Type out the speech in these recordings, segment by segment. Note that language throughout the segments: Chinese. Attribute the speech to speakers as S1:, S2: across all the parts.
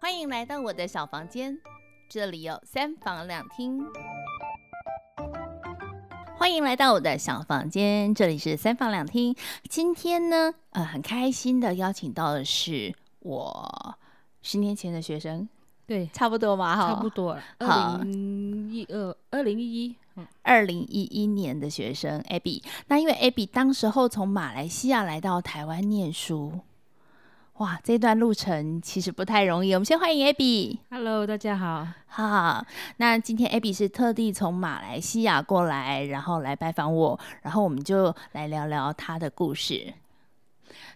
S1: 欢迎来到我的小房间，这里有三房两厅。欢迎来到我的小房间，这里是三房两厅。今天呢，呃，很开心的邀请到的是我十年前的学生，
S2: 对，
S1: 差不多嘛，哈，
S2: 差不多了。
S1: 好
S2: 二零一二，二零一一，嗯
S1: 二零一一年的学生 Abby。那因为 Abby 当时候从马来西亚来到台湾念书，哇，这段路程其实不太容易。我们先欢迎 Abby。
S2: ，Hello，大家好。
S1: 哈，那今天 Abby 是特地从马来西亚过来，然后来拜访我，然后我们就来聊聊她的故事。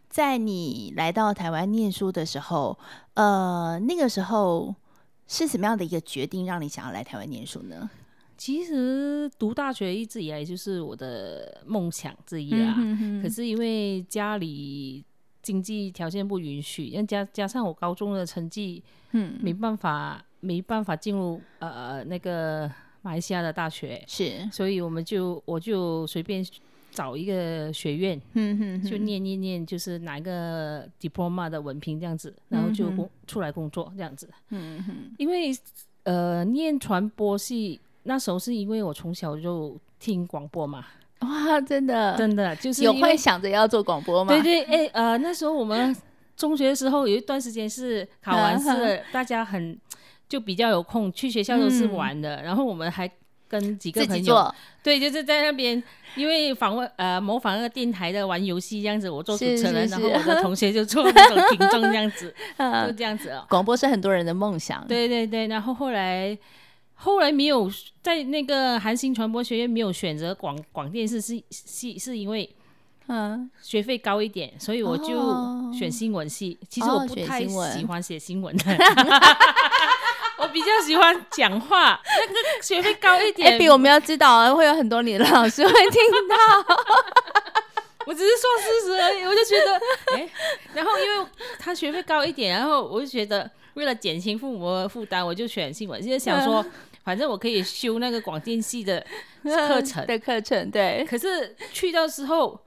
S1: 在你来到台湾念书的时候，呃，那个时候是什么样的一个决定让你想要来台湾念书呢？
S2: 其实读大学一直以来就是我的梦想之一啦。可是因为家里经济条件不允许，再加加上我高中的成绩，
S1: 嗯，
S2: 没办法，没办法进入呃那个马来西亚的大学，
S1: 是，
S2: 所以我们就我就随便找一个学院，
S1: 嗯哼
S2: 就念念念，就是拿一个 diploma 的文凭这样子，然后
S1: 嗯
S2: 就工、出来工作这样子。嗯因为呃，念传播系那时候是因为我从小就听广播嘛，
S1: 哇，真的，
S2: 真的就是
S1: 呃有
S2: 因
S1: 会
S2: 为
S1: 想着要做广播吗？
S2: 对对哎呃，那时候我们中学的时候有一段时间是考完
S1: 嗯
S2: 试了，大家很就比较有空去学校都是玩的，然后我们还。跟几个
S1: 嗯自己
S2: 朋友，
S1: 做
S2: 对，就是在那边，因为访问呃模仿那个电台的玩游戏这样子，我做主
S1: 是
S2: 持人，
S1: 是
S2: 然
S1: 是
S2: 后我的同学就做那种听众这样子， 就
S1: 呃
S2: 这样子哦。
S1: 广播是很多人的梦想，
S2: 对对对，然后后来后来没有在那个韩星传播学院没有选择广广电视系系，是因为
S1: 嗯，
S2: 学费高一点，所以我
S1: 哦
S2: 就选新闻系。其实
S1: 哦
S2: 我不
S1: 选
S2: 太
S1: 新闻
S2: 喜欢写新闻的。 我比较喜欢讲话，那个学费高一
S1: 哎，
S2: 点。
S1: 比我们要知道啊，会有很多你的老师会听到，
S2: 我只是说事实而已，我就觉得，哎、然后因为他学费高一点，然后我就觉得为了减轻父母的负担，我就选新闻，就是想
S1: 嗯
S2: 说， 反正我可以修那个广电系的课程。
S1: 的课程，嗯 对，
S2: 可是去到时候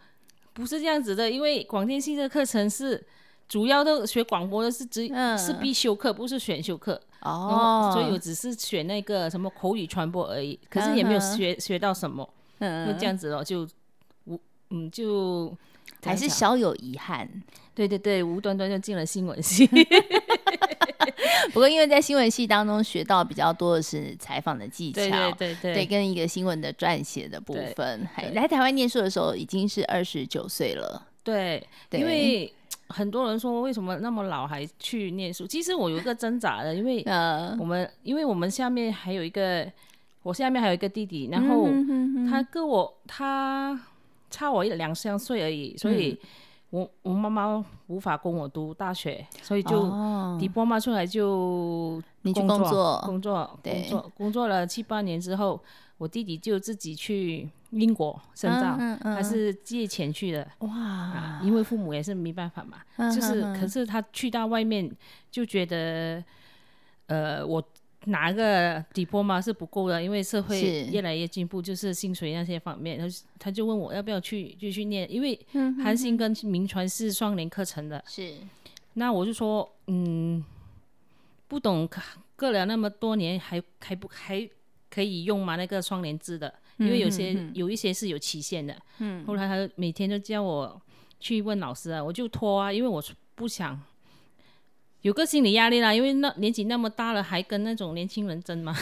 S2: 不是这样子的，因为广电系的课程是主要的学广播的是只、
S1: 嗯
S2: 是必修课，不是选修课。然后
S1: 哦，
S2: 所以我只是选那个什么口语传播而已，可是也没有
S1: 嗯哼
S2: 学、学到什么，就
S1: 嗯
S2: 这，样子咯，就我嗯就。
S1: 还是
S2: 怎样讲
S1: 小有遗憾。
S2: 对对对，无端端就进了新 闻系。
S1: 不过因为在新闻系当中学到比较多的是采访的技巧，
S2: 对
S1: 对，跟一个新闻的撰写的部
S2: 对
S1: 分。还
S2: 对
S1: 来台湾念书的时候已经是二十九岁了，
S2: 对
S1: 对
S2: 因为很多人说为什么那么老还去念书？其实我有一个挣扎的，因为
S1: 呃，
S2: 我们因为我们下面还有一个，我下面还有一个弟弟，然后
S1: 嗯哼哼
S2: 他跟我他差我一两三岁而已，所以
S1: 嗯
S2: 我我妈妈无法供我读大学，所以就
S1: 哦
S2: 底波妈出来就
S1: 你去
S2: 工
S1: 工作，
S2: 工作，
S1: 对
S2: 工作，工作了七八年之后，我弟弟就自己去英国深造，
S1: 嗯
S2: 他是借钱去的
S1: 哇，
S2: 啊，因为父母也是没办法嘛，
S1: 嗯
S2: 就是
S1: 嗯嗯
S2: 可是他去到外面就觉得，呃，我。拿个底波嘛是不够的，因为社会
S1: 是
S2: 越来越进步，就是薪水那些方面，他就他就问我要不要去继续念，因为
S1: 嗯
S2: 韩信跟民传是双联课程的，
S1: 是
S2: 那我就说，嗯，不懂隔了那么多年，还还不还可以用吗？那个双联制的，因为有些、有一些是有期限的。嗯，后来他每天都叫我去问老师啊，我就拖啊，因为我是不想有个心理压力啦，因为那年纪那么大了，还跟那种年轻人争嘛。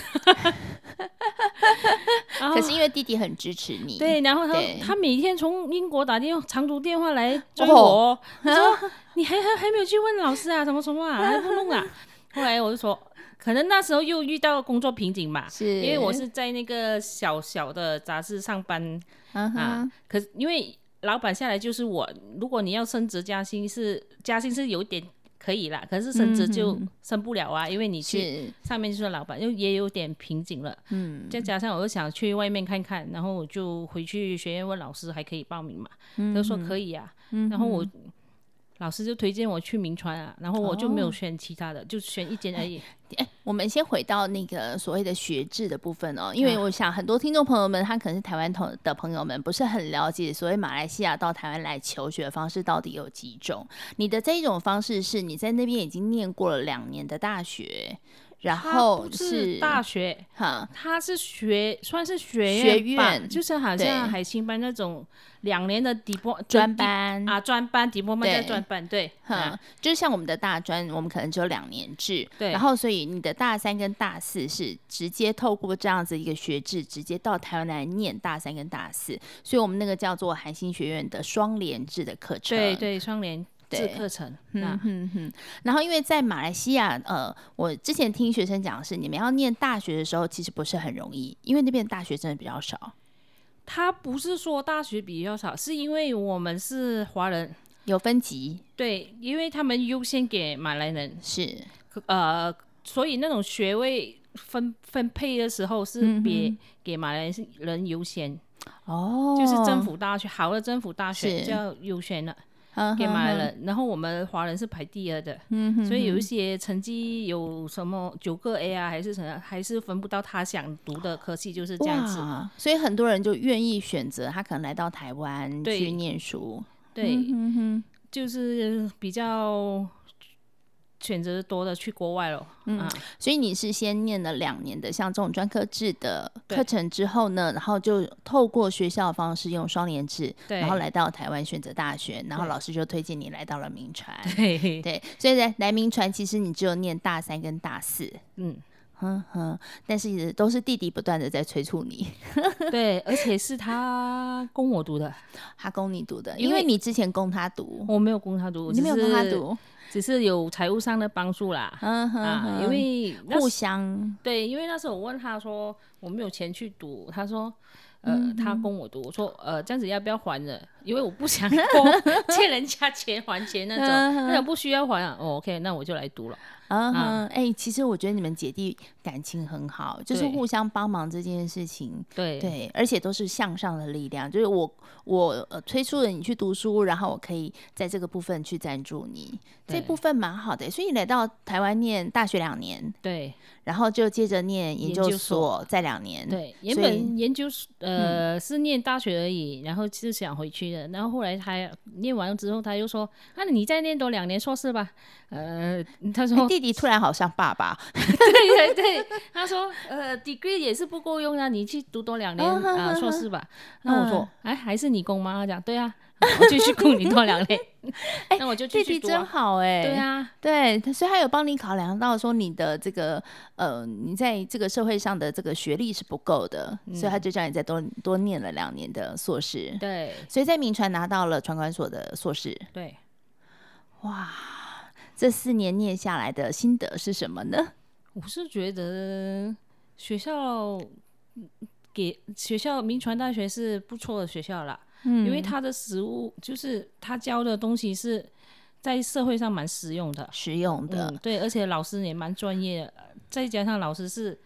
S2: 然后
S1: 可是因为弟弟很支持你，
S2: 啊对，然后他
S1: 对
S2: 他每天从英国打电话长途电话来追
S1: 哦
S2: 我，他说你还还还没有去问老师啊，什么什么啊，还不弄啊。 后来我就说，可能那时候又遇到工作瓶颈吧，
S1: 是
S2: 因为我是在那个小小的杂志上班
S1: 嗯哼
S2: 啊，可是因为老板下来就是我，如果你要升职加薪是加薪是有一点可以啦，可是升职就升不了啊，因为你
S1: 嗯
S2: 去
S1: 是
S2: 上面就是老板，又也有点瓶颈了。嗯，再加上我又想去外面看看，然后我就回去学院问老师还可以报名嘛，他就
S1: 嗯
S2: 说可以啊。然后
S1: 哦
S2: 我老师就推荐我去明川啊，然后我就没有选其他的，就选一间而已。
S1: 哎，我们先回到那个所谓的学制的部分哦，因为
S2: 啊
S1: 我想很多听众朋友们，他可能是台湾同的朋友们，不是很了解所谓马来西亚到台湾来求学的方式到底有几种。你的这一种方式是你在那边已经念过了两年的大学，然
S2: 它
S1: 后
S2: 不是大学，
S1: 哈，
S2: 他是学算是学
S1: 学
S2: 院吧
S1: 院
S2: 就是好
S1: 对
S2: 像海星班那种两年的底波
S1: 专班
S2: 啊，专班底波班
S1: 对
S2: 在专班，对，
S1: 哼
S2: 啊，
S1: 就是像我们的大专，我们可能只有两年制，
S2: 对
S1: 然后所以你的大三跟大四是直接透过这样子一个学制，直接到台湾来念大三跟大四，所以我们那个叫做韩星学院的双联制的课程，
S2: 对对，双联制
S1: 对
S2: 课程，
S1: 嗯
S2: 啊，
S1: 哼哼，然后因为在马来西亚，呃，我之前听学生讲的是，你们要念大学的时候其实不是很容易，因为那边的大学真的比较少，
S2: 他不是说大学比较少，是因为我们是华人，
S1: 有分级
S2: 对，因为他们优先给马来人，
S1: 是
S2: 可呃，所以那种学位分分配的时候是别给马来人优先，
S1: 哦
S2: 就是政府大学好的政府大学
S1: 是
S2: 就要优先了
S1: 府
S2: 给马来人，然后我们华人是排第二的，嗯、所以有一些成绩有什么九个 A 啊，还是什么，还是分不到他想读的科系，就是这样子。
S1: 哇，所以很多人就愿意选择他可能来到台湾
S2: 对
S1: 去念书。嗯
S2: 对，就是比较选择多的去国外了。嗯、啊，
S1: 所以你是先念了两年的像这种专科制的
S2: 对
S1: 课程之后呢，然后就透过学校的方式用双联制，
S2: 对
S1: 然后来到台湾选择大学，然后
S2: 对
S1: 老师就推荐你来到了民传。
S2: 嘿嘿，
S1: 对，所以在来民传其实你只有念大三跟大四。
S2: 嗯，
S1: 哼哼，但是都是弟弟不断的在催促你，
S2: 对，而且是他供我读的，
S1: 他供你读的，
S2: 因
S1: 因为
S2: 为
S1: 你之前供他读，
S2: 我没有供他读，我
S1: 你
S2: 只
S1: 没有供他
S2: 是，
S1: 读，
S2: 只是有财务上的帮助啦。
S1: 嗯哼
S2: 啊，
S1: 哼，
S2: 因为那
S1: 互
S2: 时
S1: 相
S2: 对，因为那时候我问他说我没有钱去读，他说。呃，
S1: 嗯
S2: 他供我读，我说呃，这样子要不要还了？因为我不 想供欠人家钱还钱那种，那种不需要还啊。哦，OK，那我就来读了。
S1: 嗯哼，
S2: 啊
S1: 哎、其实我觉得你们姐弟感情很好，就是
S2: 对
S1: 互相帮忙这件事情，
S2: 对
S1: 对，而且都是向上的力量。就是我我呃催促了你去读书，然后我可以在这个部分去赞助你，这
S2: 对
S1: 部分蛮好的。所以你来到台湾念大学两年，
S2: 对，
S1: 然后就接着念研
S2: 研
S1: 究
S2: 究
S1: 所，
S2: 所
S1: 再两年，哎
S2: 对，原
S1: 嗯所嗯
S2: 本研究所呃、是念大学而已，然后是想回去的，然后后来他念完了之后，他又说：“那你再念多两年硕士吧。”呃， 他
S1: 哎
S2: 说
S1: 弟弟突然好像爸爸，：“
S2: 哦对对对。”他说：“呃，degree 也是不够用啊，你去读多两年
S1: 啊哈
S2: 啊、
S1: 哈
S2: 硕士吧。”那我
S1: 嗯
S2: 说：“哎，还是你供吗？”他讲：“对啊，我继续供你多两年。
S1: 哎
S2: 那我就继
S1: 弟
S2: 续
S1: 弟
S2: 读
S1: 真
S2: 啊。
S1: 好哎、
S2: 对。啊，
S1: 对，他所以他有帮你考量到说你的这个呃，你在这个社会上的这个学历是不够的，所以
S2: 嗯
S1: 他就叫你再多多念了两年的硕士。
S2: 对
S1: 所以在民传拿到了传管所的硕士，
S2: 对，
S1: 哇，这四年念下来的心得是什么呢？
S2: 我是觉得学校嗯给学校民传大学是不错的学校啦，
S1: 嗯
S2: 因为它的食物就是他教的东西是在社会上蛮实用的，
S1: 实用的，。
S2: 嗯，对，而且老师也蛮专业的，再加上老师是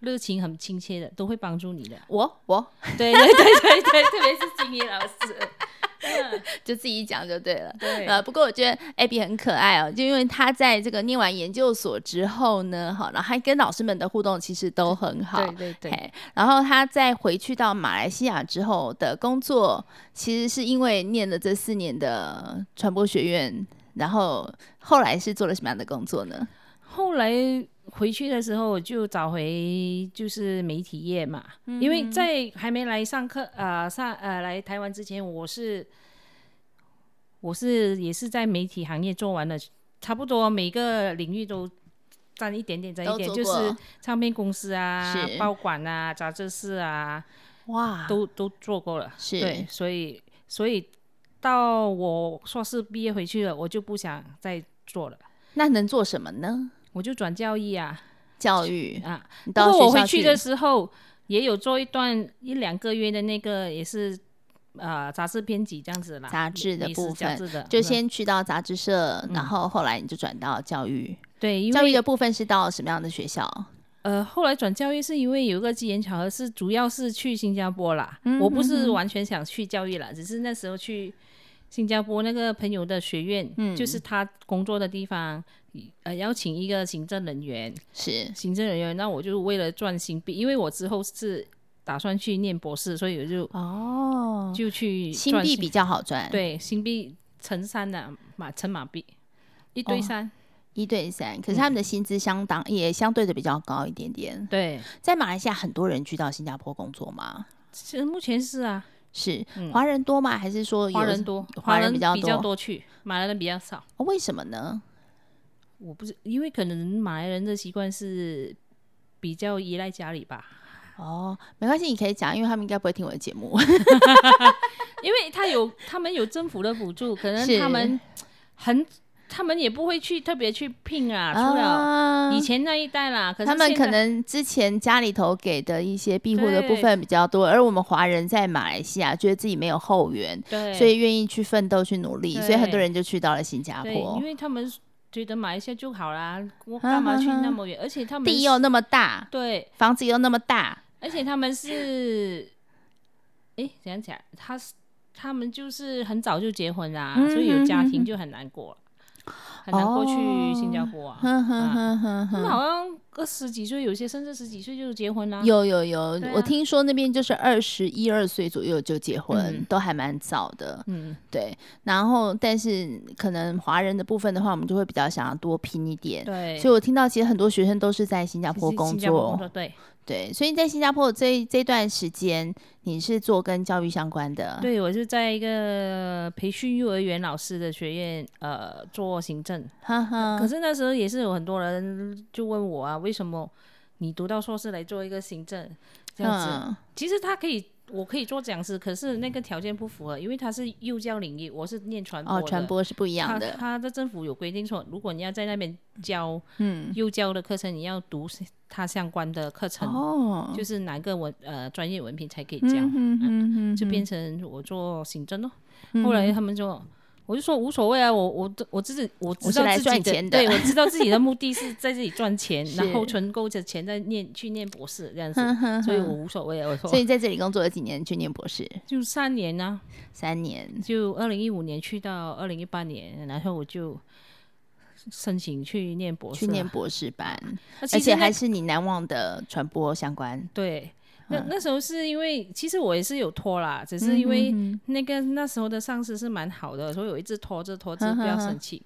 S2: 热情很亲切的，都会帮助你的
S1: 我我
S2: 对对对对对，特别是金叶老 师，
S1: 就自己讲就对了。
S2: 嗯 对
S1: 呃，不过我觉得 Abby 很可爱哦，就因为她在这个念完研究所之后呢，哈，然后她跟老师们的互动其实都很好，
S2: 对对对，
S1: 嘿，然后他在回去到马来西亚之后的工作，其实是因为念了这四年的传播学院，然后后来是做了什么样的工作呢？
S2: 后来回去的时候，我就找回就是媒体业嘛，
S1: 嗯
S2: 因为在还没来上课啊、呃上呃来台湾之前，我是我是也是在媒体行业做完了，差不多每个领域都沾一点点，沾一点，
S1: 都
S2: 就
S1: 做
S2: 是
S1: 过
S2: 唱片公司啊
S1: 是、
S2: 报馆啊、杂志社啊，
S1: 哇，
S2: 都都做过了。
S1: 是
S2: 对，所以所以到我硕士毕业回去了，我就不想再做了，
S1: 那能做什么呢？
S2: 我就转教育啊
S1: 教育，
S2: 啊。
S1: 你
S2: 不
S1: 到
S2: 过我
S1: 学
S2: 回
S1: 校
S2: 去的时候也有做一段一两个月的那个，也是呃杂志编辑这样子啦，
S1: 杂志的
S2: 也是
S1: 部
S2: 杂
S1: 分
S2: 志的
S1: 就
S2: 嗯
S1: 先去到杂志社，然后后来你就转到教育。
S2: 对，嗯因
S1: 教育
S2: 为
S1: 的部分是到什么样的学校？
S2: 呃后来转教育是因为有一个机缘巧合，是主要是去新加坡啦，
S1: 嗯
S2: 我不是完全想去教育啦，只是那
S1: 嗯
S2: 时候去。新加坡那个朋友的学院，就是他工作的地方，呃邀请一个行政人员，
S1: 是
S2: 行政人员，那我就为了赚新币，因为我之后是打算去念博士，所以我就
S1: 哦，
S2: 就去
S1: 新
S2: 赚
S1: 币比较好赚，，
S2: 对新币乘三的、马乘马币，一堆
S1: 哦
S2: 三、
S1: 一对三。
S2: 嗯
S1: 可是他们的薪资相当，也相对的比较高一点点。
S2: 对，
S1: 在马来西亚，很多人去到新加坡工作吗？
S2: 其实目前是啊，
S1: 是
S2: 嗯
S1: 华人多吗？还是说有
S2: 华人多，
S1: 华人
S2: 人
S1: 比较多
S2: 多去，马来人比较少。
S1: 哦为什么呢？
S2: 我不是因为可能马来人的习惯是比较依赖家 里吧，
S1: 哦，没关系，你可以讲，因为他们应该不会听我的节目。
S2: 因为他有他们有政府的补助，可能
S1: 是
S2: 他们很他们也不会去特别去聘啊，除了
S1: 啊
S2: 以前那一代啦，可是
S1: 他们
S2: 现
S1: 可
S2: 在
S1: 能之前家里头给的一些庇护的部
S2: 对
S1: 分比较多，而我们华人在马来西亚觉得自己没有后援，
S2: 对，
S1: 所以愿意去奋斗、去努力，所以很多
S2: 对
S1: 人就去到了新加
S2: 对，
S1: 坡
S2: 因。为他们觉得马来西亚就好啦，我
S1: 哈
S2: 干嘛
S1: 哈
S2: 去那
S1: 哈
S2: 么远？而且他们
S1: 地
S2: 是
S1: 又那么大，
S2: 对，
S1: 房子又那么大，
S2: 而且他们是，诶，怎样讲？他是他们就是很早就结婚啦，
S1: 嗯
S2: 所以有家
S1: 嗯嗯
S2: 庭
S1: 嗯
S2: 就很难过，很难过去新加坡啊。
S1: 哦哼哼哼哼
S2: 他们
S1: 哼。
S2: 好像二十几岁，有些甚至十几岁就结婚啦。
S1: 有有有
S2: 对，啊
S1: 我听说那边就是二十一二岁左右就结婚
S2: 嗯，
S1: 都还蛮早的。
S2: 嗯，
S1: 对，然后但是可能华人的部分的话，我们就会比较想要多拼一点。
S2: 对，
S1: 所以我听到其实很多学生都是在新加
S2: 其
S1: 坡
S2: 实
S1: 工
S2: 新加坡
S1: 作，
S2: 工作对，
S1: 对，所以在新加坡这一这段时间，你是做跟教育相关的，
S2: 对我是在一个培训幼儿园老师的学院，呃，做行政。
S1: 哈哈。
S2: 可是那时候也是有很多人就问我啊，为什么你读到硕士来做一个行政这样子？
S1: 嗯
S2: 其实他可以，我可以做讲师，可是那个条件不符合，因为他是幼教领域，我是念传播
S1: 哦，
S2: 的。
S1: 传播是不一样
S2: 他
S1: 的，
S2: 他的政府有规定说，如果你要在那边教
S1: 嗯，
S2: 幼教的课程，你要读他相关的课程，
S1: 哦，
S2: 就是拿个文呃专业文凭才可以
S1: 嗯
S2: 教，
S1: 哼哼哼
S2: 就变成我做行政咯。后
S1: 嗯
S2: 来他们就。我就说无所谓啊，我我我自己我知
S1: 我是
S2: 道
S1: 来
S2: 自己
S1: 赚钱的，
S2: 对我知道自己的目的是在这里赚钱然后
S1: 是
S2: 存够的钱再念去念博士这样子，
S1: 哼哼
S2: 所以我
S1: 哼
S2: 无所谓啊。我 说
S1: 所以你在这里工作了几年？去念博士
S2: 就三年呢、
S1: 三年，
S2: 就二零一五年去到二零一八年，然后我就申请去念博士
S1: 去
S2: 啊，
S1: 念博士班，
S2: 那其
S1: 而
S2: 实
S1: 且
S2: 那
S1: 还是你难忘的传播相关。
S2: 对。
S1: 嗯
S2: 那那时候是因为，其实我也是有拖啦，只是因为
S1: 嗯
S2: 那个那时候的上司是蛮好的，所以我一直拖着拖着
S1: 哼
S2: 不要
S1: 哼哼
S2: 申请。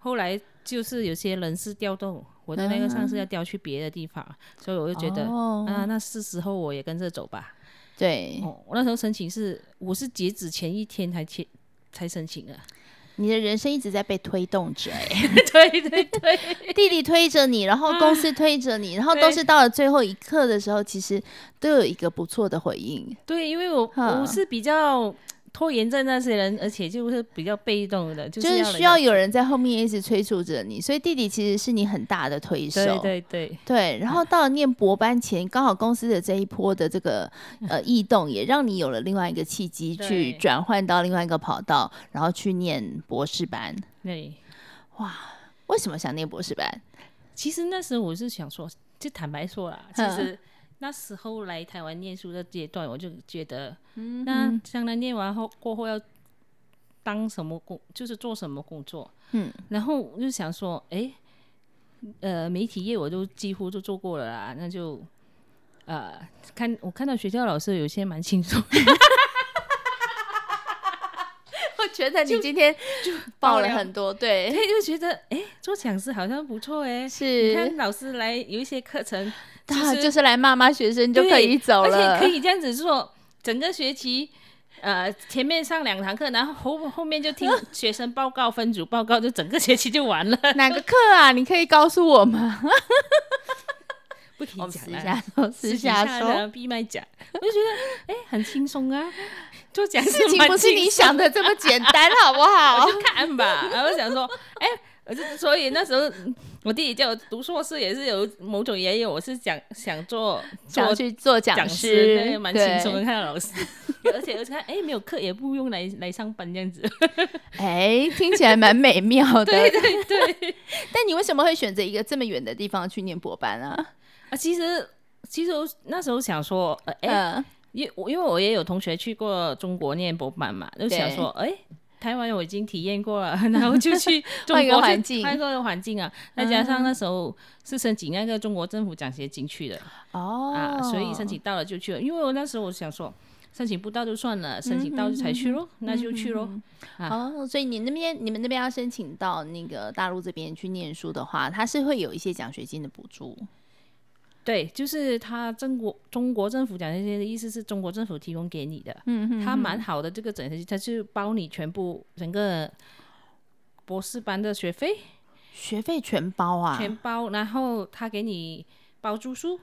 S2: 后来就是有些人事调动，我的那个上司要调去别的地方，所以我就觉得、
S1: 嗯哦，
S2: 啊，那是时候我也跟着走吧。
S1: 对，
S2: 哦，我那时候申请是我是截止前一天才签才申请的，
S1: 你的人生一直在被推动 着，哎，
S2: 对对对，
S1: 弟弟推着你，然后公司推着你，然后都
S2: 对
S1: 是到了最后一刻的时候，其实都有一个不错的回应。
S2: 对，因 为我
S1: 哈
S2: 我是比较拖延症那些人，而且就是比较被动的，就
S1: 就是是
S2: 人
S1: 需
S2: 家
S1: 要有人在后面一直催促着你，所以弟弟其实是你很大的推手。
S2: 对对对
S1: 对然后到了念博班前，刚好公司的这一波的这 个呃异动，也让你有了另外一个契机，
S2: 对
S1: 去转换到另外一个跑道，然后去念博士班。
S2: 对。
S1: 为什么想念博士班？
S2: 其实那时候我是想说，就坦白说啦，其
S1: 嗯
S2: 实那时候来台湾念书的阶段，我就觉得，
S1: 嗯
S2: 那将来念完后过后要当什么工，就是做什么工作。
S1: 嗯，
S2: 然后我就想说，诶，呃，媒体业我都几乎都做过了啦，那就。呃，看我看到学校老师有些蛮 轻松，
S1: 我觉得你今天就爆了
S2: 爆料
S1: 很多， 对，
S2: 对，就觉得诶，做讲师好像不错诶。你
S1: 是
S2: 看老师来有一些课程，
S1: 他
S2: 就是
S1: 就是来骂骂学生就可
S2: 对
S1: 以走了，
S2: 而且可以这样子做，整个学期，呃，前面上两堂课，然后后后面就听学生报告、分组报告，就整个学期就 完了。
S1: 哪个课啊？你可以告诉我 吗？
S2: 不提
S1: 我们
S2: 讲
S1: 私
S2: 了，
S1: 下说，私下说。
S2: 的闭麦讲，我就觉得哎、很轻松啊，做讲
S1: 事情不是你想的这么简单，好不 好？
S2: 就看吧。然后想说，哎、我就所以那时候我弟弟叫我读硕士，也是有某种原因，我是想想做
S1: 想
S2: 做
S1: 去做
S2: 讲
S1: 讲
S2: 师，
S1: 师
S2: 对，，蛮轻松的，
S1: 对。
S2: 看到老师， 而且而且看，哎，没有课也不用来来上班这样子。
S1: 哎，听起来蛮美妙的。对对对。
S2: 对
S1: 但你为什么会选择一个这么远的地方去念博班啊？
S2: 啊，其实其实我那时候想说，呃哎、
S1: 嗯，
S2: 因我因为我也有同学去过中国念博班嘛，就想说，哎、台湾我已经体验过了， 然后就去中
S1: 换一个
S2: 国
S1: 环
S2: 去
S1: 境
S2: 换一个环境啊。再加上那时候是申请那个中国政府奖学金去的、
S1: 哦
S2: 啊，所以申请到了就去了。因为我那时候我想说，申请不到就算了，申请到就才去咯，那就去咯。
S1: 哦，所以你那边你们那边要申请到那个大陆这边去念书的话，它是会有一些奖学金的补助。
S2: 对，就是他中国中国政府奖学金的意思是中国政府提供给你的，嗯嗯，他蛮好的这个奖学金，他是包你全部整个博士班的学费
S1: 学费全包啊，
S2: 全包，然后他给你包住宿，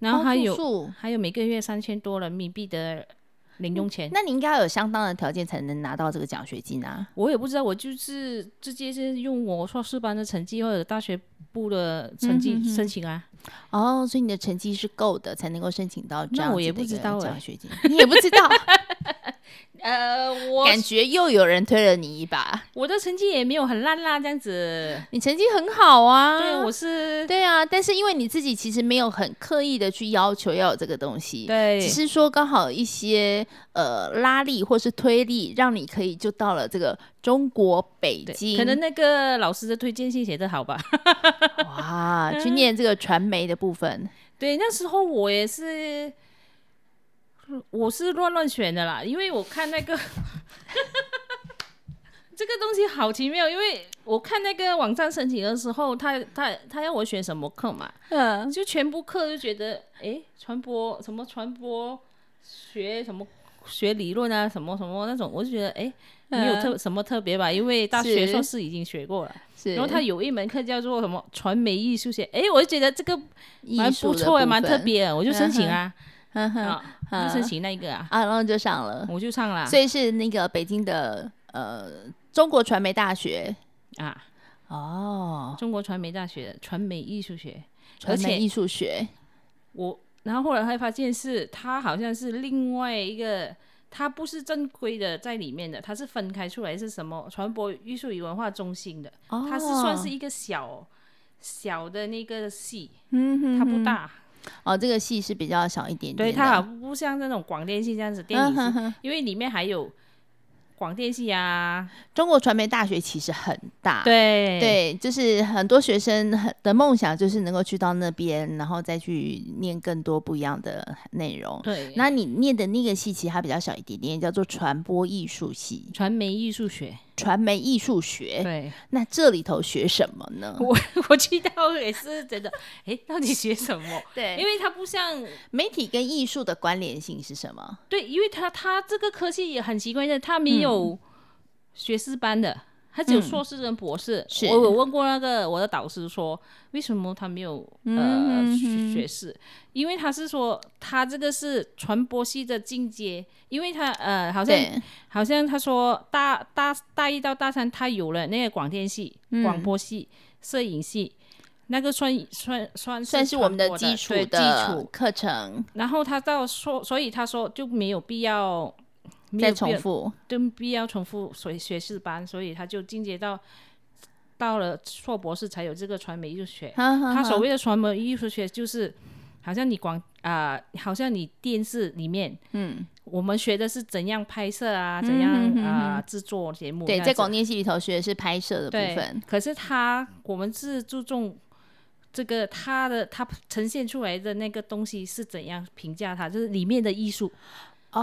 S2: 然
S1: 包
S2: 后还
S1: 哦住
S2: 有
S1: 宿
S2: 还有每个月三千多人民币的零用钱。
S1: 那你应该有相当的条件才能拿到这个奖学金啊。
S2: 我也不知道，我就是直接是用我硕士班的成绩或者大学部的成
S1: 嗯
S2: 绩申请啊。
S1: 哦，所以你的成绩是够的，才能够申请到这
S2: 那
S1: 样
S2: 我
S1: 子
S2: 也
S1: 的
S2: 不
S1: 一
S2: 知
S1: 个
S2: 道
S1: 奖
S2: 欸
S1: 学金。 你也不知道，
S2: 呃，我
S1: 感觉又有人推了你一把。
S2: 我的成绩也没有很烂啦，这样子。
S1: 你成绩很好啊，
S2: 对，我是
S1: 对啊，但是因为你自己其实没有很刻意的去要求要有这个东西，
S2: 对
S1: 只是说刚好一些呃拉力或是推力，让你可以就到了这个中国北
S2: 对
S1: 京，
S2: 可能那个老师的推荐信写的好吧？
S1: 哇，去念这个传媒的部分，
S2: 对，那时候我也是，我是乱乱选的啦，因为我看那个 这个东西好奇妙，因为我看那个网站申请的时候，他他他要我选什么课嘛，
S1: 嗯，
S2: 就全部课就觉得，诶，传播什么传播学什么。学理论啊，什么什么那种，我就觉得诶，没有特、什么特别吧，因为大学
S1: 是
S2: 硕士已经学过了。
S1: 是，
S2: 然后他有一门课叫做什么传媒艺术学，诶，我就觉得这个
S1: 艺
S2: 蛮
S1: 术
S2: 不
S1: 的
S2: 错，
S1: 部
S2: 蛮特
S1: 分，
S2: 别的，我就申请啊，
S1: 嗯哼
S2: 啊，就申请那一个啊，
S1: 啊，然后就上了，
S2: 我就上了
S1: 所以是那个北京的呃中国传媒大学
S2: 啊，
S1: 哦，
S2: 中国传媒大学传媒艺术学，而
S1: 传媒
S2: 且
S1: 艺术学，
S2: 我，然后后来还发现是它好像是另外一个。它不是正规的在里面的，它是分开出来是什么传播艺术与文化中心的，
S1: 哦
S2: 它是算是一个小小的那个系，
S1: 嗯哼
S2: 它不大，
S1: 哦，这个戏是比较小一点点的，
S2: 对，它好像不像那种广电系这样子电影
S1: 嗯
S2: 系，
S1: 哼哼
S2: 因为里面还有广电系啊，
S1: 中国传媒大学其实很大，
S2: 对
S1: 对就是很多学生很的梦想就是能够去到那边，然后再去念更多不一样的内容。
S2: 对
S1: 那
S2: 那
S1: 你念的那个系其实它比较小一点点，叫做传播艺术系、
S2: 传媒艺术学，
S1: 传媒艺术学。
S2: 对
S1: 那这里头学什么呢？
S2: 我我去到也是觉得，诶，到底学什 么？因
S1: 对，
S2: 为它不像
S1: 媒体跟艺术的关联性是什么？
S2: 对，因为它它这个科系也很奇怪的，它没有学士班的。它只有硕士跟博士，
S1: 是
S2: 我有问过那个我的导师说，为什么他没有呃学学士？因为他是说他这个是传播系的进阶，因为他呃好像
S1: 对，
S2: 好像他说大大大一到大三，他有了那个广电系、
S1: 嗯
S2: 广播系、摄影系，那个算算算
S1: 算是我们
S2: 传
S1: 的
S2: 播
S1: 基础
S2: 对基
S1: 的
S2: 础。
S1: 课程，
S2: 然后他到说，所以他说就没有必要没
S1: 再
S2: 有必
S1: 重
S2: 要
S1: 复。
S2: 就必要重复学学士班，所以他就进阶到到了硕博士才有这个传媒艺术学。他
S1: 他
S2: 所谓的传媒艺术学，就是好像你广啊、好像你电视里面，嗯，我们学的是怎样拍摄啊，
S1: 嗯
S2: 怎样啊、制作节目这
S1: 对，
S2: 样子。
S1: 在广电系里头学的是拍摄的部
S2: 对
S1: 分。
S2: 可是他我们是注重这个他的他呈现出来的那个东西是怎样评价它，就是里面的艺术，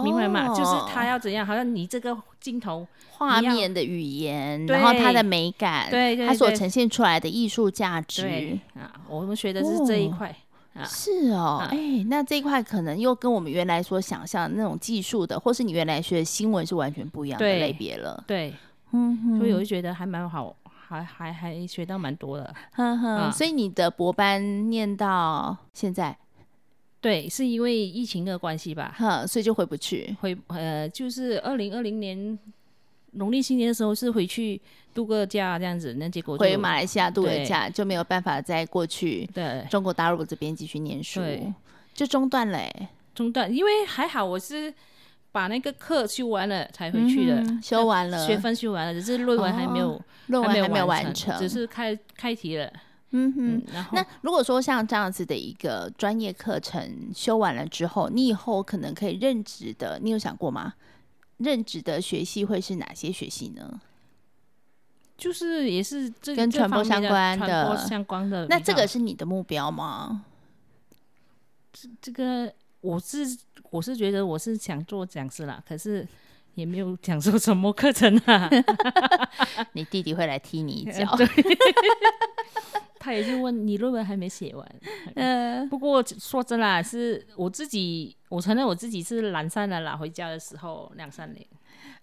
S2: 明白吗？就是他
S1: 哦
S2: 要怎样，好像你这个镜头，
S1: 画
S2: 你要
S1: 面的语言，然后它的
S2: 对
S1: 美感，
S2: 对对
S1: 它嗯所
S2: 对
S1: 呈现出来的艺术价值
S2: 对。啊，我们学的是这一
S1: 哦
S2: 块。啊
S1: 是哦，哎、
S2: 啊
S1: 那这一块可能又跟我们原来所想象的那种技术的，或是你原来学的新闻是完全不一样的
S2: 对
S1: 类别了。
S2: 对，
S1: 嗯
S2: 所以我就觉得还蛮好，还还还学到蛮多的。
S1: 哼嗯哼，
S2: 啊
S1: 所以你的博班念到现在，
S2: 对，是因为疫情的关系吧？
S1: 哼，所以就回不去。
S2: 回呃，就是二零二零年农历新年的时候是回去度个假这样子，那结果就
S1: 回马来西亚度了
S2: 对
S1: 假，就没有办法再过去
S2: 对
S1: 中国大陆这边继续念书
S2: 对，
S1: 就中断了、欸。
S2: 中断，因为还好我是把那个课修完了才回去的，
S1: 嗯修完了
S2: 学分修完了，只是论文还没有、
S1: 论文还没
S2: 没
S1: 有
S2: 完
S1: 完成，
S2: 只是开开题了。
S1: 嗯哼。
S2: 嗯，然后
S1: 那如果说像这样子的一个专业课程修完了之后，你以后可能可以任职的，你有想过吗？任职的学系会是哪些学系呢？
S2: 就是也是这
S1: 跟
S2: 这
S1: 传播
S2: 方面
S1: 相关的
S2: 传播相关的。
S1: 那这
S2: 比较
S1: 个是你的目标吗？
S2: 这个我是我是觉得我是想做讲师啦，可是也没有讲授什么课程啊。
S1: 你弟弟会来踢你一脚。
S2: 他也是问你论文还没写完，嗯，不过说真啦，是我自己，我承认我自己是懒散的啦。回家的时候两三年，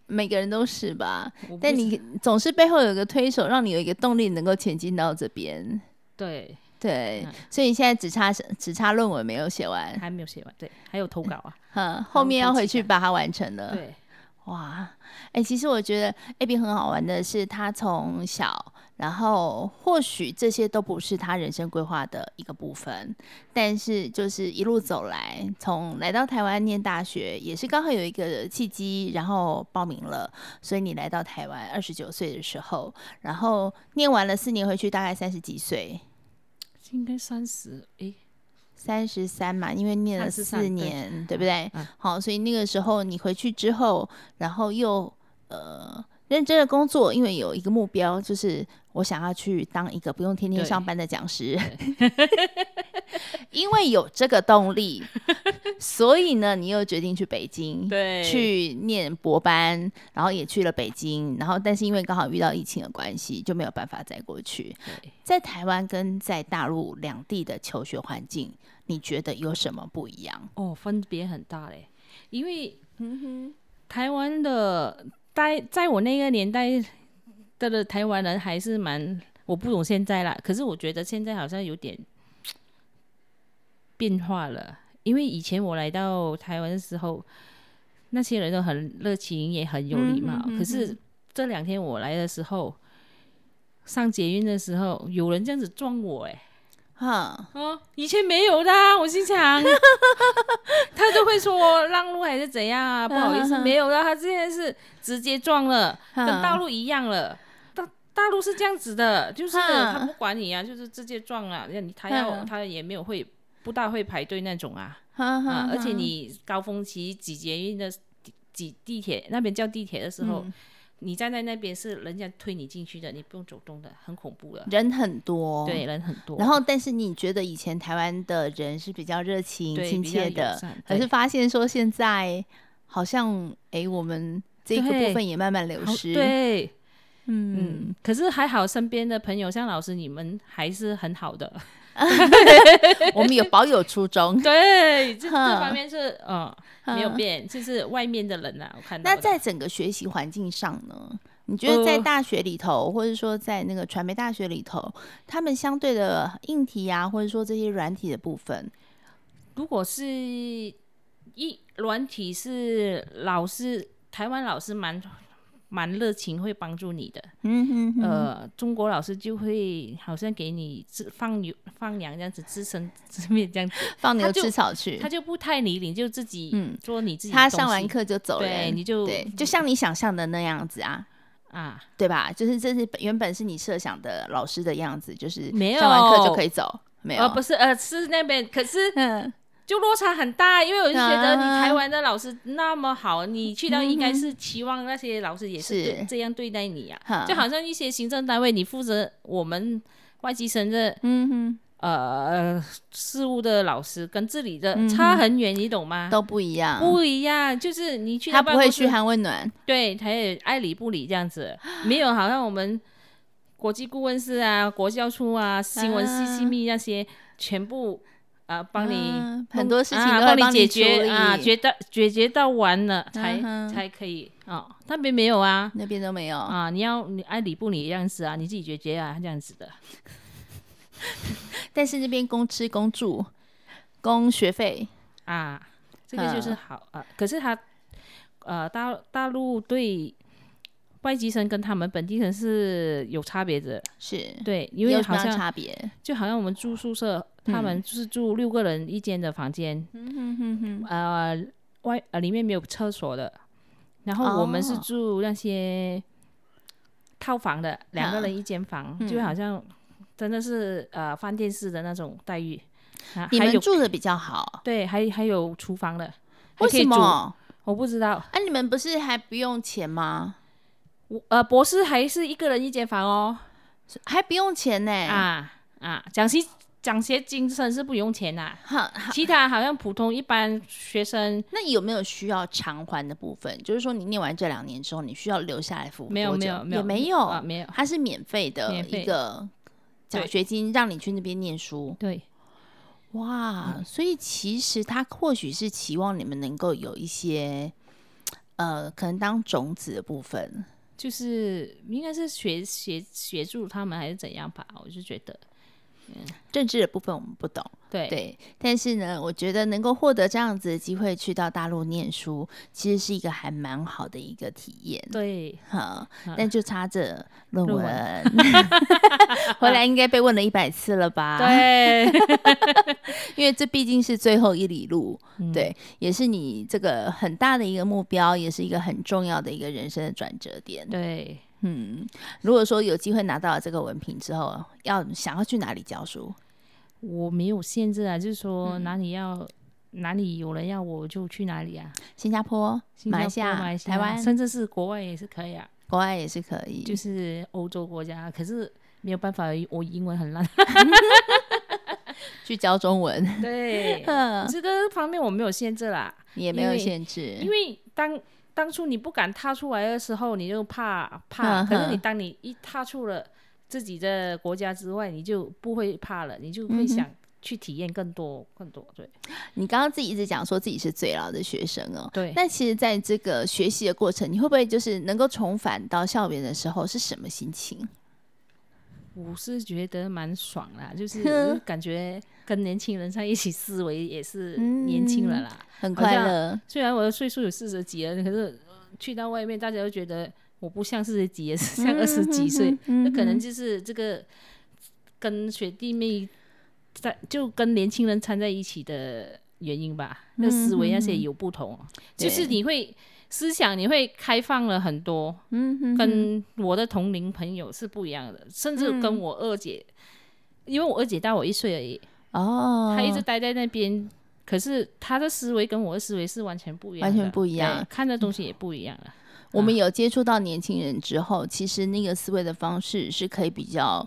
S1: 每个人都是吧，
S2: 我不
S1: 但
S2: 是
S1: 你总嗯是背后有个推手，让你有一个动力能够前进到这边。
S2: 对
S1: 对，
S2: 嗯
S1: 所以你现在只差只差论文没有写完，
S2: 还没有写完，对，还有投稿啊，
S1: 哼，后面要回去把它完成了。
S2: 对，
S1: 哇，哎、其实我觉得 A B 很好玩的是，他从小，然后或许这些都不是他人生规划的一个部分，但是就是一路走来，从来到台湾念大学，也是刚好有一个契机，然后报名了，所以你来到台湾二十九岁的时候，然后念完了四年回去，大概三十几岁。
S2: 应该三十，诶，
S1: 三十三嘛，因为念了
S2: 33
S1: 四
S2: 对
S1: 年，对不对、
S2: 嗯
S1: 好，所以那个时候你回去之后，然后又呃认真的工作，因为有一个目标，就是我想要去当一个不用天天
S2: 对
S1: 上班的讲师。 因为有这个动力，所以呢，你又决定去北京。
S2: 对
S1: 去念博班，然后也去了北京，然后但是因为刚好遇到疫情的关系，就没有办法再过去。
S2: 对
S1: 在台湾跟在大陆两地的求学环境，你觉得有什么不一样？
S2: 哦，分别很大嘞，因为台湾的在在我那个年代的台湾人还是蛮，我不懂现在啦，可是我觉得现在好像有点变化了，因为以前我来到台湾的时候，那些人都很热情，也很有礼貌，
S1: 嗯哼嗯哼
S2: 可是这两天我来的时候。上捷运的时候，有人这样子撞我、欸，
S1: 哈，
S2: 哦，以前没有的、啊，我心想， 他都会说让路还是怎样啊？不好意思，没有的，他现在是直接撞了，跟
S1: 嗯
S2: 大陆一样了。大大陆是这样子的，就是
S1: 嗯
S2: 他不管你啊，就是直接撞了，你他要
S1: 嗯
S2: 他也没有会不大会排队那种啊
S1: 哈
S2: 啊！而且你高峰期挤捷运的挤地铁那边叫地铁的时候，
S1: 嗯
S2: 你站在那边是人家推你进去的，你不用走动的，很恐怖的。
S1: 人很多，
S2: 对，。人很多。
S1: 哦然后，但是你觉得以前台湾的人是比较热情、
S2: 对
S1: 亲
S2: 比较
S1: 切
S2: 友
S1: 的
S2: 善，
S1: 可是
S2: 对
S1: 发现说现在好像，哎，我们这个部
S2: 对
S1: 分也慢慢流
S2: 好
S1: 失。，
S2: 对，
S1: 嗯，
S2: 嗯，可是还好，身边的朋友像老师，你们还是很好的。 嗯
S1: 我们有保有初衷。
S2: 对，这这
S1: 哼
S2: 方面是呃没有变，就是外面的人啊，我看到
S1: 嗯那
S2: 的。
S1: 在整个学习环境上呢？你觉得在
S2: 呃
S1: 大学里头，或者说在那个传媒大学里头，他们相对的硬体啊，或者说这些软体的部分，
S2: 如果是一软体是老师，台湾老师蛮蛮热情，会帮助你的。
S1: 嗯哼哼，
S2: 呃，中国老师就会好像给你自放牛放羊这样子，自 生自灭这样子，
S1: 放牛
S2: 他就
S1: 吃草去
S2: 他，就不太理你，就自己
S1: 嗯
S2: 做你自己的
S1: 他
S2: 东
S1: 上完
S2: 西
S1: 课就走
S2: 对，
S1: 人，
S2: 你就嗯
S1: 对，就像你想象的那样子啊，
S2: 啊，
S1: 对吧？就是这是原本是你设想的老师的样子，就是
S2: 没
S1: 上完课就
S2: 有
S1: 可以走，没有，
S2: 呃，不是，呃，是那边，可是
S1: 嗯，
S2: 就落差很大，因为我就觉得你
S1: 啊
S2: 台湾的老师那么好，你去到应该是期望那些老师也是
S1: 是
S2: 对这样对待你呀、
S1: 哈
S2: 就好像一些行政单位，你负责我们外籍生的，嗯呃事务的老师跟这里的
S1: 嗯
S2: 差很远，你懂吗？
S1: 都不一样，
S2: 不一样，就是你去
S1: 啊他
S2: 到
S1: 不
S2: 办公
S1: 会
S2: 室
S1: 嘘寒问暖，
S2: 对，他也爱理不理这样子，没有好像我们国际顾问室啊、国教处啊、新闻系
S1: 啊
S2: 系密那些，全部啊帮你
S1: 嗯
S2: 弄
S1: 很多事情
S2: 啊
S1: 都会帮
S2: 你
S1: 你
S2: 解
S1: 处
S2: 决
S1: 理
S2: 啊，解到解决到完了才
S1: 嗯哼
S2: 才可以哦，那边没有啊
S1: 那边都没有，
S2: 啊，你要你爱理不理这样子啊，你自己解决啊这样子的，
S1: 但是那边供吃供住，供学费，
S2: 啊，这个就是
S1: 嗯
S2: 好啊。可是他呃，大大陆对外籍生跟他们本地人是有差别的，
S1: 是
S2: 对，因为
S1: 有什
S2: 好
S1: 么样
S2: 像
S1: 差别？
S2: 就好像我们住宿舍，
S1: 嗯
S2: 他们就是住六个人一间的房间，呃，外呃里面没有厕所的，然后我们是
S1: 哦
S2: 住那些套房的，两个人一间房，
S1: 嗯
S2: 就好像真的是呃饭店式的那种待遇。啊、
S1: 你
S2: 还
S1: 们
S2: 有
S1: 住的比较好，
S2: 对，还还有厨房的，还
S1: 为
S2: 可以
S1: 什
S2: 煮
S1: 么？
S2: 我不知道，
S1: 啊，你们不是还不用钱吗？
S2: 我呃，博士还是一个人一间房哦。
S1: 还不用钱呢、
S2: 啊啊，奖学奖学金生是不用钱呐、
S1: 哈、哈
S2: 其他好像普通一般学生
S1: 那有没有需要偿还的部分？就是说，你念完这两年之后，你需要留下来服务
S2: 没有
S1: 多久
S2: 没有没
S1: 也
S2: 有
S1: 没有
S2: 啊没有。
S1: 它是免费的
S2: 免费
S1: 一个奖学金，让你去那边念书。
S2: 对，
S1: 哇，
S2: 嗯
S1: 所以其实他或许是期望你们能够有一些，呃，可能当种子的部分。
S2: 就是应该是学协协助他们还是怎样吧，我就觉得
S1: 政治的部分我们不懂，
S2: 对
S1: 对，但是呢，我觉得能够获得这样子的机会去到大陆念书，其实是一个还蛮好的一个体验。
S2: 对
S1: 好
S2: 好，
S1: 但就差这论
S2: 论
S1: 文， 回来应该被问了一百次了吧？，
S2: 对
S1: 因为这毕竟是最后一里路，
S2: 嗯
S1: 对，也是你这个很大的一个目标，也是一个很重要的一个人生的转折点。
S2: 对，
S1: 嗯，如果说有机会拿到了这个文凭之后，要想要去哪里教书？
S2: 我没有限制啊，就是说
S1: 嗯
S2: 哪里要、哪里有人要我就去哪里啊，
S1: 新加坡、
S2: 新
S1: 马
S2: 加坡
S1: 来西亚、
S2: 马来西
S1: 台湾、
S2: 甚至是国外也是可以啊，
S1: 国外也是可以。
S2: 就是欧洲国家，可是没有办法，我英文很烂。
S1: 去教中文，
S2: 对嗯这个方面我没有限制啦，
S1: 你 也没有
S2: 因为
S1: 限制，
S2: 因为当当初你不敢踏出来的时候，你就怕怕，
S1: 嗯
S2: 可是你
S1: 哼
S2: 当你一踏出了自己的国家之外，你就不会怕了，你就会想去体验更多、更多。对
S1: 你刚刚自己一直讲说自己是最老的学生哦、
S2: 对，
S1: 那其实，在这个学习的过程，你会不会就是能够重返到校园的时候是什么心情？
S2: 我是觉得蛮爽啦，就是就是感觉跟年轻人在一起思维也是年轻人啦。
S1: 很快乐，
S2: 虽然我的岁数有四十几了，可是去到外面，大家都觉得我不像四十几，也是像二十几岁。
S1: 嗯
S2: 那、可能就是这个跟学弟妹在就跟年轻人掺在一起的原因吧。那思维那些有不同，
S1: 嗯
S2: 哦
S1: 对
S2: 就是你会思想你会开放了很多，
S1: 嗯哼
S2: 跟我的同龄朋友是不一样
S1: 嗯
S2: 的，甚至跟我二姐，因为我二姐大我一岁而已，
S1: 哦，
S2: 她一直待在那边。可是她的思维跟我的思维是完全不一样的，
S1: 完全不一样
S2: 对，看的东西也不一样了。啊
S1: 我
S2: 嗯
S1: 们有接触到年轻人之后，其实那个思维的方式是可以比较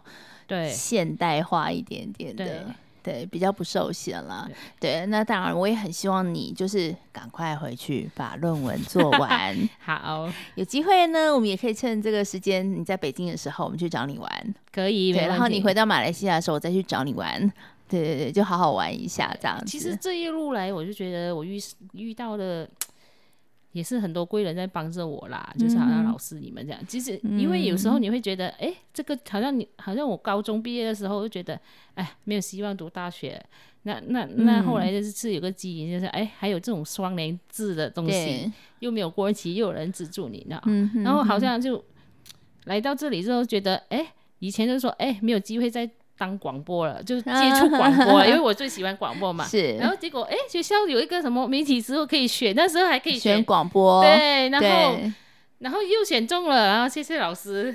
S2: 对，
S1: 现代化一点点
S2: 对
S1: 的。对，比较不受限啦。对，那当然，我也很希望你就是赶快回去把论文做 完。
S2: 好，
S1: 有机会呢，我们也可以趁这个时间你在北京的时候，我们去找你玩。
S2: 可以。
S1: 对，
S2: 没
S1: 然
S2: 问
S1: 后你
S2: 题
S1: 回到马来西亚的时候，我再去找你玩。对对对，就好好玩一下这样子。
S2: 其实这一路来，我就觉得我遇遇到的也是很多贵人在帮着我
S1: 嗯
S2: 啦，就是好像老师你们这样。其实因为有时候你会觉得，哎、这个好像你好像我高中毕业的时候就觉得，哎，没有希望读大学。那那
S1: 嗯
S2: 那后来就是是有个基因，就是哎，还有这种双联制的东西，
S1: 对，
S2: 又没有过期，又有人资助你，呢。
S1: 嗯哼，
S2: 然后好像就来到这里之后，觉得哎、诶以前就说哎、诶没有机会再当广播了，就接 触广播了，因为我最喜欢广播嘛。
S1: 是
S2: 然后结果哎、诶学校有一个什么媒体职务可以选，那时候还可以选
S1: 选。广播，
S2: 对，然后
S1: 对，
S2: 然后又选中了，然后谢谢 老师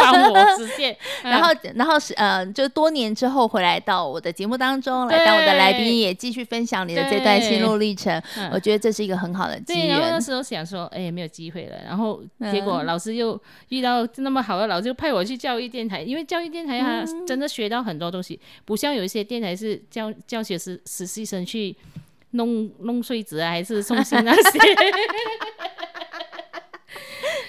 S2: 帮我实现，
S1: 然后然后是呃，就多年之后回来到我的节目当中，来当我的来宾，
S2: 对
S1: 也继续分享你的这段心路历程
S2: 嗯。
S1: 我觉得这是一个很好的 机
S2: 对，然后那
S1: 缘。嗯
S2: 时候想说，哎、没有机会了。然后结果老师又遇到那么好的老师，就派我去教育电台，因为教育电台啊，
S1: 嗯
S2: 真的学到很多东西，不像有一些电台是教教学实实习生去弄弄碎纸啊，还是送信那 些。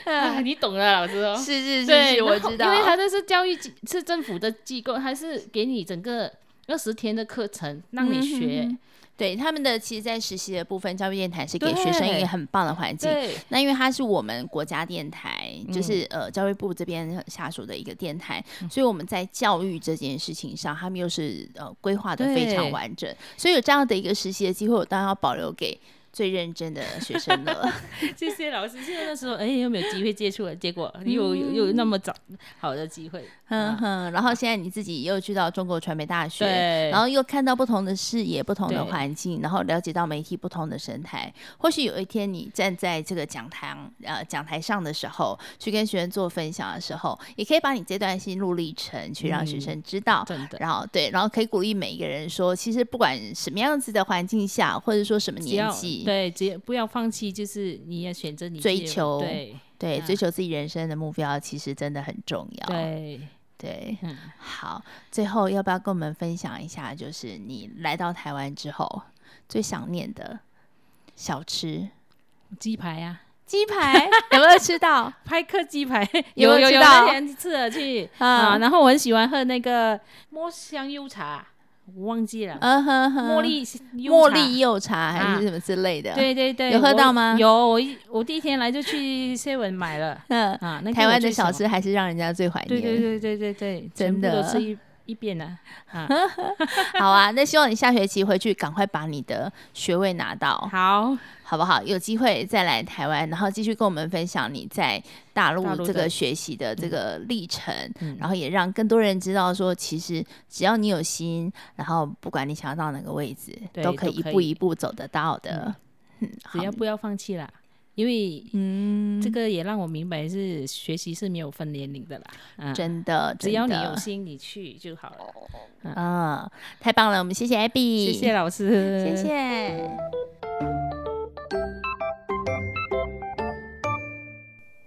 S2: 啊，你懂的，老师哦。
S1: 是是是
S2: 对，
S1: 是，我
S2: 然后
S1: 知道
S2: 因。为他这是教育机，是政府的机构，他是给你整个二十天的课程让
S1: 嗯
S2: 你学。
S1: 对他们的，其实，在实习的部分，教育电台是给
S2: 对
S1: 学生一个很棒的环境。
S2: 对，嗯
S1: 那因为它是我们国家电台，就是呃教育部这边下属的一个电台，所以我们在教育这件事情上，他们又是呃规划的非常
S2: 对
S1: 完整，所以有这样的一个实习的机会，我当然要保留给最认真的学生了。
S2: 谢谢老师。现在那时候，哎、有没有机会接触了？结果
S1: 嗯
S2: 又又又那么早好的机会，
S1: 哼嗯哼，然后现在你自己又去到中国传媒大学，
S2: 嗯对
S1: 然后又看到不同的视野、不同的
S2: 对
S1: 环境，然后了解到媒体不同的生态。或许有一天你站在这个讲堂呃讲台上的时候，去跟学生做分享的时候，也可以把你这段心路历程去让
S2: 嗯
S1: 学生知道。
S2: 真的。
S1: 然后对，然后可以鼓励每一个人说，其实不管什么样子的环境下，或者说什么
S2: 只
S1: 年
S2: 要
S1: 纪，
S2: 对，只不要放弃，就是你要选择你
S1: 追
S2: 自己
S1: 求
S2: 对
S1: 对，
S2: 啊
S1: 追求自己人生的目标，其实真的很重要。
S2: 对，
S1: 对
S2: 嗯
S1: 好，最后要不要跟我们分享一下，就是你来到台湾之后最想念的小吃？
S2: 鸡排啊，
S1: 鸡排有没有吃 到？
S2: 派克鸡排
S1: 有没有
S2: 有
S1: 吃
S2: 有
S1: 到
S2: 那天吃 了去
S1: 啊
S2: 啊，然后我很喜欢喝那个茉香柚茶，我忘记了，
S1: 嗯哼哼，
S2: 茉莉柚
S1: 茉
S2: 茶
S1: 莉柚茶还
S2: 啊
S1: 是什么之类的？，
S2: 对对对，
S1: 有喝
S2: 我
S1: 到吗
S2: 有，我一我第一天来就去 seven 买了
S1: 嗯，
S2: 啊，那个
S1: 台
S2: 我
S1: 湾的
S2: 最喜
S1: 小
S2: 欢，
S1: 吃还是让人家最怀念。
S2: 对对对对对对，
S1: 真
S2: 全部
S1: 的
S2: 都吃一一遍了啊。
S1: 好啊，那希望你下学期回去赶快把你的学位拿到，
S2: 好，
S1: 好不好？有机会再来台湾，然后继续跟我们分享你在大
S2: 大
S1: 陆
S2: 陆
S1: 这
S2: 的
S1: 个学习的这个历程，
S2: 嗯
S1: 然后也让更多人知道说，其实只要你有心，然后不管你想要到哪个位置，
S2: 对
S1: 都可以一
S2: 都可
S1: 步
S2: 以
S1: 一步走得到的。嗯，好
S2: 只要不要放弃啦，因为
S1: 嗯，
S2: 这个也让我明白是学习是没有分年龄的啦，啊，
S1: 真的，
S2: 只要你
S1: 真的
S2: 有心，你去就好了。
S1: 嗯，太棒了，我们谢谢 Abby，
S2: 谢谢老师，
S1: 谢谢。